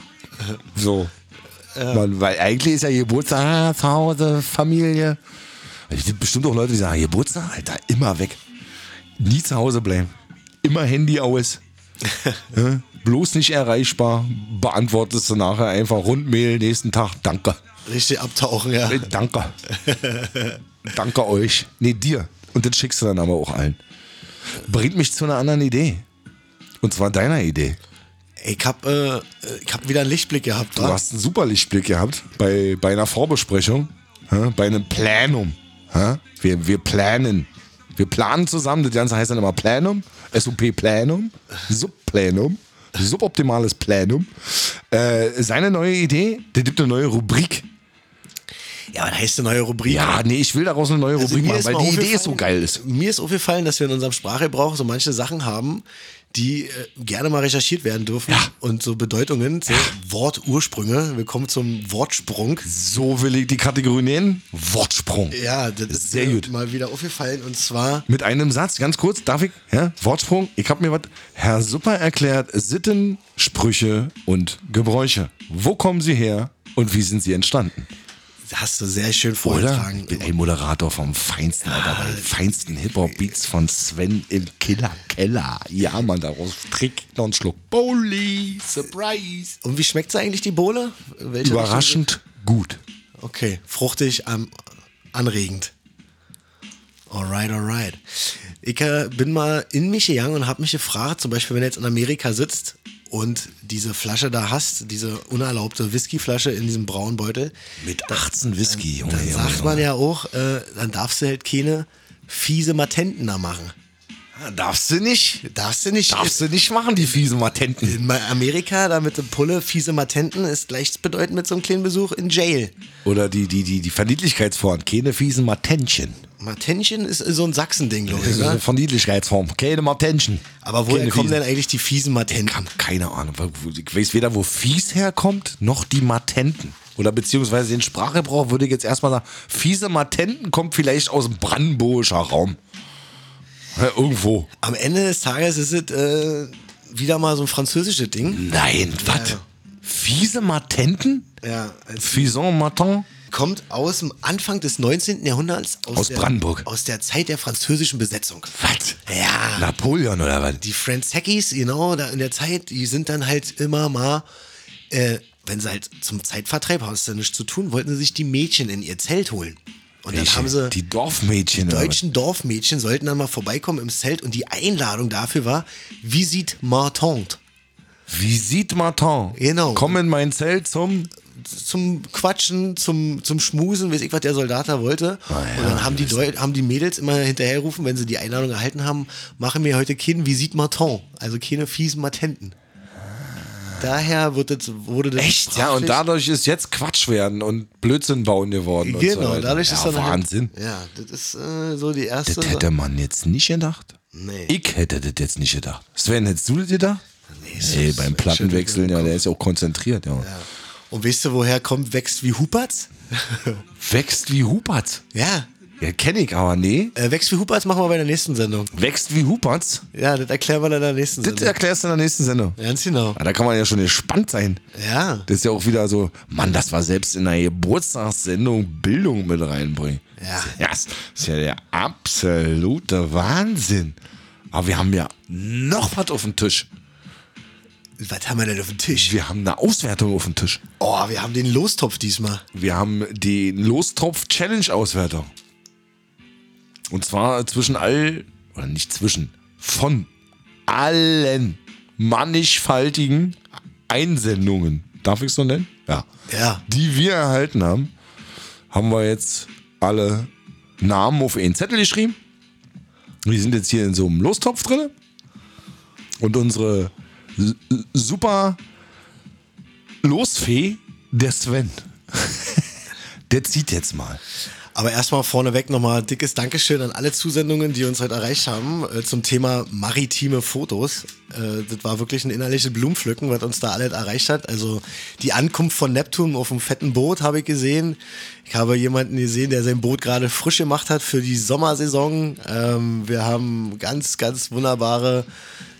Speaker 5: So. Man, weil eigentlich ist ja Geburtstag, ah, zu Hause, Familie. Es gibt bestimmt auch Leute, die sagen, Geburtstag, Alter, immer weg. Nie zu Hause bleiben. Immer Handy aus. Ja, Bloß nicht erreichbar. Beantwortest du nachher einfach Rundmail nächsten Tag. Danke.
Speaker 4: richtig abtauchen, ja.
Speaker 5: Äh, Danke. Danke euch. Nee, dir. Und das schickst du dann aber auch allen. Bringt mich zu einer anderen Idee. Und zwar deiner Idee.
Speaker 4: Ich hab, äh, ich hab wieder einen Lichtblick gehabt,
Speaker 5: Du hast einen super Lichtblick gehabt bei, bei einer Vorbesprechung, hä? bei einem Planum. hä? Wir, wir planen. Wir planen zusammen, das Ganze heißt dann immer Planum, SOP-Planum, Subplanum, suboptimales Planum. Äh, seine neue Idee, der gibt eine neue Rubrik.
Speaker 4: Ja, aber da heißt eine neue Rubrik.
Speaker 5: Ja, nee, ich will daraus eine neue
Speaker 4: Also
Speaker 5: Rubrik
Speaker 4: mir
Speaker 5: machen,
Speaker 4: ist
Speaker 5: weil
Speaker 4: mal
Speaker 5: die Idee
Speaker 4: aufgefallen-
Speaker 5: so geil ist.
Speaker 4: Mir ist aufgefallen, dass wir in unserem Sprachgebrauch so manche Sachen haben, die äh, gerne mal recherchiert werden dürfen. Und so Bedeutungen, so Wortursprünge. Wir kommen zum Wortsprung.
Speaker 5: So will ich die Kategorie nennen. Wortsprung.
Speaker 4: Ja, das ist
Speaker 5: Sehr
Speaker 4: mir
Speaker 5: gut.
Speaker 4: mal wieder aufgefallen. Und zwar
Speaker 5: Mit einem Satz, ganz kurz, darf ich? Ja, Wortsprung. Ich habe mir was. Herr Super erklärt Sitten, Sprüche und Gebräuche. Wo kommen sie her und wie sind sie entstanden?
Speaker 4: hast du sehr schön
Speaker 5: Oder?
Speaker 4: vorgetragen.
Speaker 5: Ich bin ein Moderator vom feinsten, Alter, bei den feinsten Hip-Hop-Beats von Sven im Killer Keller. Ja, Mann, daraus trinkt noch einen Schluck. Bowly, Surprise.
Speaker 4: Und wie schmeckt's eigentlich, die Bohle? Welche
Speaker 5: Überraschend gut.
Speaker 4: Richtung- Okay, fruchtig, ähm, anregend. Alright, alright. Ich äh, bin mal in mich gegangen und habe mich gefragt, zum Beispiel, wenn du jetzt in Amerika sitzt und diese Flasche da hast, diese unerlaubte Whiskyflasche in diesem braunen Beutel,
Speaker 5: Mit 18 Whisky, Junge.
Speaker 4: dann
Speaker 5: Junge,
Speaker 4: sagt
Speaker 5: Junge.
Speaker 4: man ja auch, äh, dann darfst du halt keine fiese Matenten da machen.
Speaker 5: Darfst du nicht?
Speaker 4: Darfst du nicht.
Speaker 5: Darfst du nicht machen, die fiesen Matenten.
Speaker 4: in Amerika, da mit dem Pulle fiese Matenten, ist gleichbedeutend mit so einem kleinen Besuch in Jail.
Speaker 5: Oder die, die, die, die Verniedlichkeitsform. Keine fiesen Matentchen.
Speaker 4: Martenchen ist so ein Sachsending, glaube ich.
Speaker 5: Das
Speaker 4: Ne?
Speaker 5: ist von Niedlichkeitsform. Keine Martenschen.
Speaker 4: Aber woher
Speaker 5: Keine
Speaker 4: kommen
Speaker 5: Wiesen.
Speaker 4: denn eigentlich die fiesen Matenten?
Speaker 5: Keine Ahnung. Ich weiß weder, wo fies herkommt, noch die Matenten. Oder beziehungsweise den Sprachgebrauch würde ich jetzt erstmal sagen, fiese Matenten kommt vielleicht aus dem brandenburgischer Raum. Ja, irgendwo.
Speaker 4: Am Ende des Tages ist es äh, wieder mal so ein französisches Ding.
Speaker 5: Nein, was? Fiese Matenten?
Speaker 4: Ja, es
Speaker 5: Fison Matin?
Speaker 4: kommt aus dem Anfang des 19. Jahrhunderts
Speaker 5: Aus
Speaker 4: der,
Speaker 5: Brandenburg.
Speaker 4: Aus der Zeit der französischen Besetzung.
Speaker 5: Was?
Speaker 4: Ja.
Speaker 5: Napoleon oder was?
Speaker 4: die Franzekis, genau, da in der Zeit, die sind dann halt immer mal, äh, wenn sie halt zum Zeitvertreib haben, es da nichts zu tun, wollten sie sich die Mädchen in ihr Zelt holen. Und dann haben sie
Speaker 5: die Dorfmädchen. oder was?
Speaker 4: deutschen Dorfmädchen sollten dann mal vorbeikommen im Zelt und die Einladung dafür war Visite Martante
Speaker 5: Visite Martin.
Speaker 4: Genau.
Speaker 5: Komm in mein Zelt zum.
Speaker 4: zum Quatschen, zum, zum Schmusen, weiß ich, was der Soldat da wollte. und dann haben die, Deu haben die Mädels immer hinterherrufen, wenn sie die Einladung erhalten haben, machen wir heute keinen Visite Martin, also keine fiesen Matenten. Daher wird das, wurde das
Speaker 5: Echt? Ja, und
Speaker 4: sprachlich-
Speaker 5: dadurch ist jetzt Quatsch werden und Blödsinn bauen geworden. und so
Speaker 4: Genau,
Speaker 5: weiter.
Speaker 4: dadurch
Speaker 5: ja,
Speaker 4: ist dann halt-
Speaker 5: Wahnsinn.
Speaker 4: Ja, das ist äh, so die erste.
Speaker 5: Das hätte man jetzt nicht gedacht.
Speaker 4: Nee.
Speaker 5: Ich hätte das jetzt nicht gedacht. Sven, hättest du das gedacht?
Speaker 4: Nee, so-
Speaker 5: Nee, beim
Speaker 4: so-
Speaker 5: Plattenwechseln, ja, der ist ja auch konzentriert. Ja.
Speaker 4: Ja. Und weißt du, woher kommt wächst wie Hupertz?
Speaker 5: Wächst wie Huberts.
Speaker 4: ja,
Speaker 5: Ja, kenne ich aber, nee.
Speaker 4: äh, wächst wie Hupertz machen wir bei der nächsten Sendung.
Speaker 5: Wächst wie Huberts?
Speaker 4: Ja, das erklären wir dann in der nächsten
Speaker 5: Das
Speaker 4: Sendung.
Speaker 5: erklärst du in der nächsten Sendung.
Speaker 4: Ganz genau.
Speaker 5: Ah, Da kann man ja schon gespannt sein.
Speaker 4: Ja,
Speaker 5: Das ist ja auch wieder so, Mann, das war selbst in einer Geburtstagssendung Bildung mit reinbringen.
Speaker 4: Ja.
Speaker 5: Das ist ja der absolute Wahnsinn. Aber wir haben ja noch was auf dem Tisch.
Speaker 4: was haben wir denn auf dem Tisch?
Speaker 5: Wir haben eine Auswertung auf dem Tisch.
Speaker 4: Oh, wir haben den Lostopf diesmal.
Speaker 5: Wir haben die Lostropf-Challenge-Auswertung. Und zwar zwischen all, oder nicht zwischen, von allen mannigfaltigen Einsendungen. Darf ich es so nennen? Ja.
Speaker 4: Ja.
Speaker 5: Die wir erhalten haben, haben wir jetzt alle Namen auf einen Zettel geschrieben. Die sind jetzt hier in so einem Lostopf drin. Und unsere s- super Losfee, der Sven, der zieht jetzt mal.
Speaker 4: Aber erstmal vorneweg nochmal dickes Dankeschön an alle Zusendungen, die uns heute erreicht haben äh, zum Thema maritime Fotos. Äh, das war wirklich ein innerliches Blumenpflücken, was uns da alles erreicht hat. Also die Ankunft von Neptun auf einem fetten Boot habe ich gesehen. Ich habe jemanden gesehen, der sein Boot gerade frisch gemacht hat für die Sommersaison. Ähm, wir haben ganz, ganz wunderbare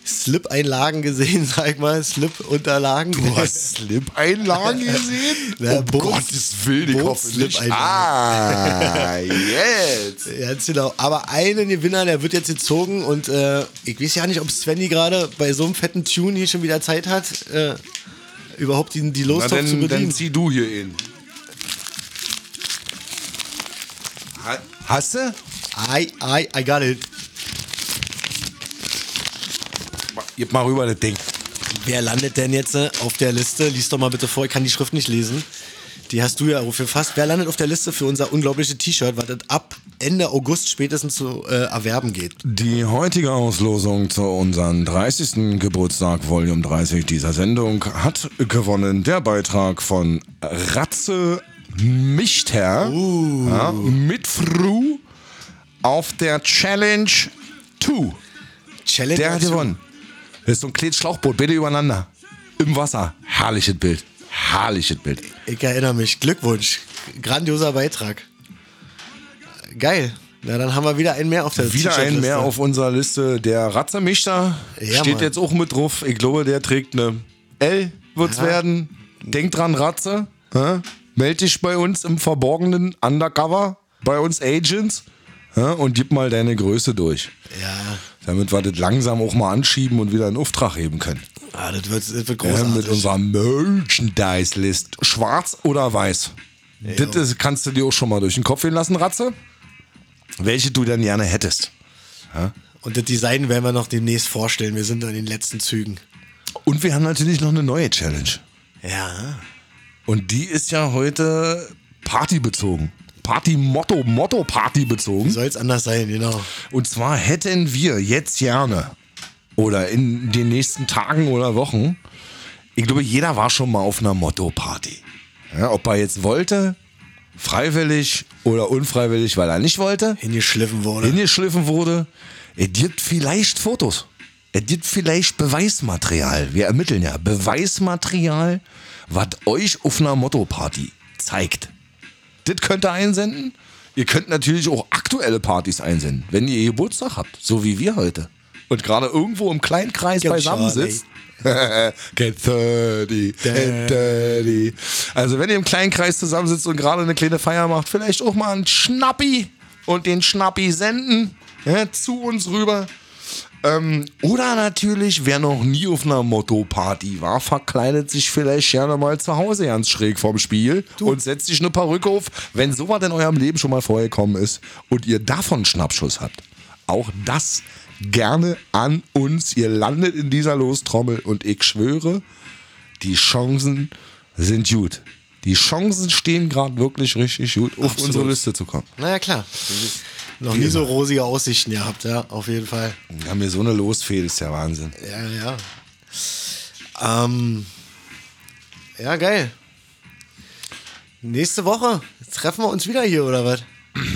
Speaker 4: Slip-Einlagen gesehen, sag ich mal. Slip-Unterlagen.
Speaker 5: Slip-Einlagen gesehen?
Speaker 4: Na,
Speaker 5: um
Speaker 4: Boots-
Speaker 5: Gottes Willen, ich hoffe nicht.
Speaker 4: Boots-Slip-Einlagen.
Speaker 5: Ah, jetzt.
Speaker 4: Ja, Ganz genau. Aber einen Gewinner, der wird jetzt gezogen und äh, ich weiß ja nicht, ob Svenny gerade bei so einem fetten Tune hier schon wieder Zeit hat, äh, überhaupt die, die
Speaker 5: Na,
Speaker 4: Lostopf zu
Speaker 5: dann, dann
Speaker 4: bedienen.
Speaker 5: zieh du hier in. Hast du?
Speaker 4: I, I, I got it.
Speaker 5: Gib mal rüber das Ding.
Speaker 4: Wer landet denn jetzt äh, auf der Liste? Lies doch mal bitte vor, ich kann die Schrift nicht lesen. Die hast du ja aufgefasst. Wer landet auf der Liste für unser unglaubliches T-Shirt, was das ab Ende August spätestens zu äh, erwerben geht?
Speaker 5: Die heutige Auslosung zu unserem 30. Geburtstag, Volume 30 dieser Sendung, hat gewonnen der Beitrag von Ratze Michter ja, mit Fru auf der Challenge 2.
Speaker 4: Challenge.
Speaker 5: Der hat
Speaker 4: Option.
Speaker 5: gewonnen. Das ist so ein kleines Schlauchboot, beide übereinander. Im Wasser. Herrliches Bild. Herrliches Bild.
Speaker 4: Ich erinnere mich. Glückwunsch. Grandioser Beitrag. Geil. Na, dann haben wir wieder einen mehr auf der
Speaker 5: Wieder ein
Speaker 4: Äh, T-Shirt-Liste.
Speaker 5: mehr auf unserer Liste. Der Ratzer Michter
Speaker 4: Ja,
Speaker 5: steht
Speaker 4: Mann.
Speaker 5: jetzt auch mit drauf. Ich glaube, der trägt eine L, wird's werden. Denk dran, Ratze. Hä? Meld dich bei uns im Verborgenen Undercover, bei uns Agents. Hä? Und gib mal deine Größe durch.
Speaker 4: Ja,
Speaker 5: Damit wir das langsam auch mal anschieben und wieder in Auftrag heben können.
Speaker 4: ah, das, wird, das wird
Speaker 5: Ja,
Speaker 4: großartig.
Speaker 5: mit unserer Merchandise-List. Schwarz oder weiß? Das ist- kannst du dir auch schon mal durch den Kopf gehen lassen, Ratze. Welche du dann gerne hättest.
Speaker 4: Und das Design werden wir noch demnächst vorstellen. Wir sind in den letzten Zügen.
Speaker 5: Und wir haben natürlich noch eine neue Challenge.
Speaker 4: Ja.
Speaker 5: Und die ist ja heute partybezogen. Party-Motto, Motto-Party bezogen.
Speaker 4: Soll es anders sein, genau.
Speaker 5: Und zwar hätten wir jetzt gerne oder in den nächsten Tagen oder Wochen, ich glaube, jeder war schon mal auf einer Motto-Party. Ja, ob er jetzt wollte, freiwillig oder unfreiwillig, weil er nicht wollte,
Speaker 4: Hingeschliffen wurde.
Speaker 5: hingeschliffen wurde. Es gibt vielleicht Fotos. Es gibt vielleicht Beweismaterial. Wir ermitteln ja Beweismaterial, was euch auf einer Motto-Party zeigt. Das könnt ihr einsenden. Ihr könnt natürlich auch aktuelle Partys einsenden, wenn ihr Geburtstag habt, so wie wir heute. Und gerade irgendwo im kleinen Kreis
Speaker 4: Get
Speaker 5: beisammen
Speaker 4: Charlie.
Speaker 5: sitzt. Get 30, get 30. Also wenn ihr im kleinen Kreis zusammensitzt und gerade eine kleine Feier macht, vielleicht auch mal einen Schnappi und den Schnappi senden ja, zu uns rüber. Ähm, oder natürlich, wer noch nie auf einer Motto-Party war, verkleidet sich vielleicht gerne mal zu Hause ganz schräg vom Spiel und setzt sich eine Perücke auf, wenn sowas in eurem Leben schon mal vorgekommen ist und ihr davon einen Schnappschuss habt. Auch das gerne an uns. Ihr landet in dieser Lostrommel und ich schwöre, die Chancen sind gut. Die Chancen stehen gerade wirklich richtig gut, auf
Speaker 4: Absolut.
Speaker 5: unsere Liste zu kommen.
Speaker 4: Naja, klar. Noch nie so rosige Aussichten gehabt, ja, auf jeden Fall.
Speaker 5: Wir haben hier so eine Losfee, das ist ja Wahnsinn.
Speaker 4: Ja, ja. Ähm, ja, geil. Nächste Woche treffen wir uns wieder hier, oder was?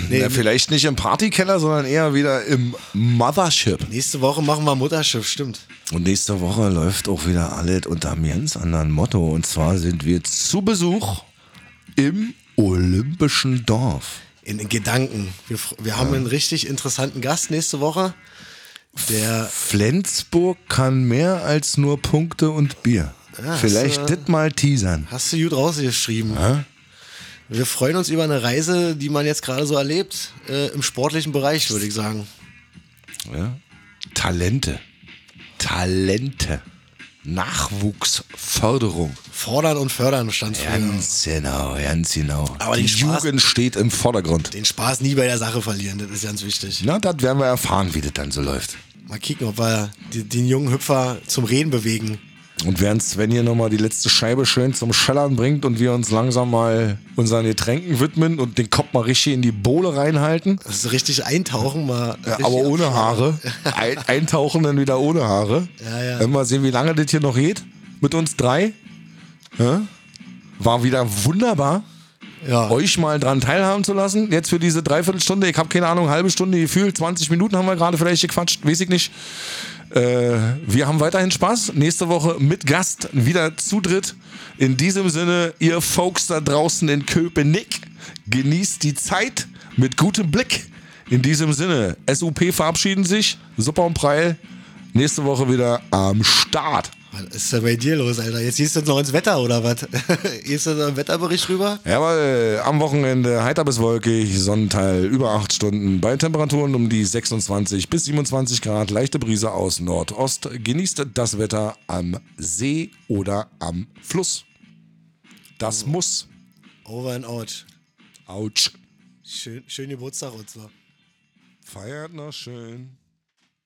Speaker 4: Nee,
Speaker 5: Ja, vielleicht nicht im Partykeller, sondern eher wieder im Mothership.
Speaker 4: nächste Woche machen wir Mutterschiff, stimmt.
Speaker 5: Und nächste Woche läuft auch wieder alles unter einem ganz anderen Motto. Und zwar sind wir zu Besuch im Olympischen Dorf.
Speaker 4: In, in Gedanken. Wir, fr- wir haben einen richtig interessanten Gast nächste Woche. Der,
Speaker 5: Flensburg kann mehr als nur Punkte und Bier.
Speaker 4: Ja, äh,
Speaker 5: vielleicht
Speaker 4: hast du-
Speaker 5: das mal teasern.
Speaker 4: hast du gut rausgeschrieben. Wir freuen uns über eine Reise, die man jetzt gerade so erlebt, äh, im sportlichen Bereich, würde ich sagen.
Speaker 5: Ja. Talente. Talente. Nachwuchsförderung.
Speaker 4: Fordern und fördern stand früher.
Speaker 5: Ganz genau, ganz genau.
Speaker 4: Aber
Speaker 5: die
Speaker 4: den Spaß-
Speaker 5: Jugend steht im Vordergrund.
Speaker 4: Den Spaß nie bei der Sache verlieren, das ist ganz wichtig.
Speaker 5: Na, das werden wir erfahren, wie das dann so läuft.
Speaker 4: Mal kicken, ob wir die, den jungen Hüpfer zum Reden bewegen.
Speaker 5: Und während Sven hier nochmal die letzte Scheibe schön zum Schellern bringt und wir uns langsam mal unseren Getränken widmen und den Kopf mal richtig in die Bohle reinhalten,
Speaker 4: Das ist richtig eintauchen, mal.
Speaker 5: äh,
Speaker 4: richtig
Speaker 5: aber ohne
Speaker 4: abschalten.
Speaker 5: Haare, Ein, eintauchen dann wieder ohne Haare.
Speaker 4: Ja, ja.
Speaker 5: Äh, Mal sehen, wie lange das hier noch geht mit uns drei. Ja? War wieder wunderbar,
Speaker 4: Ja.
Speaker 5: euch mal dran teilhaben zu lassen. Jetzt für diese Dreiviertelstunde, ich habe keine Ahnung, halbe Stunde gefühlt, 20 Minuten haben wir gerade vielleicht gequatscht, weiß ich nicht. Äh, Wir haben weiterhin Spaß. Nächste Woche mit Gast wieder zu dritt. In diesem Sinne, ihr Folks da draußen in Köpenick, genießt die Zeit mit gutem Blick. In diesem Sinne, SUP verabschieden sich. Super und Preil. Nächste Woche wieder am Start.
Speaker 4: Was ist denn bei dir los, Alter? Jetzt siehst du noch ins Wetter, oder was? Gehst du noch einen Wetterbericht rüber?
Speaker 5: Jawohl, am Wochenende heiter bis wolkig, Sonnenteil über 8 Stunden, bei Temperaturen um die 26 bis 27 Grad, leichte Brise aus Nordost. Genießt das Wetter am See oder am Fluss. Das muss.
Speaker 4: Over and out.
Speaker 5: Autsch.
Speaker 4: Schön, schönen Geburtstag und so.
Speaker 5: Feiert noch schön.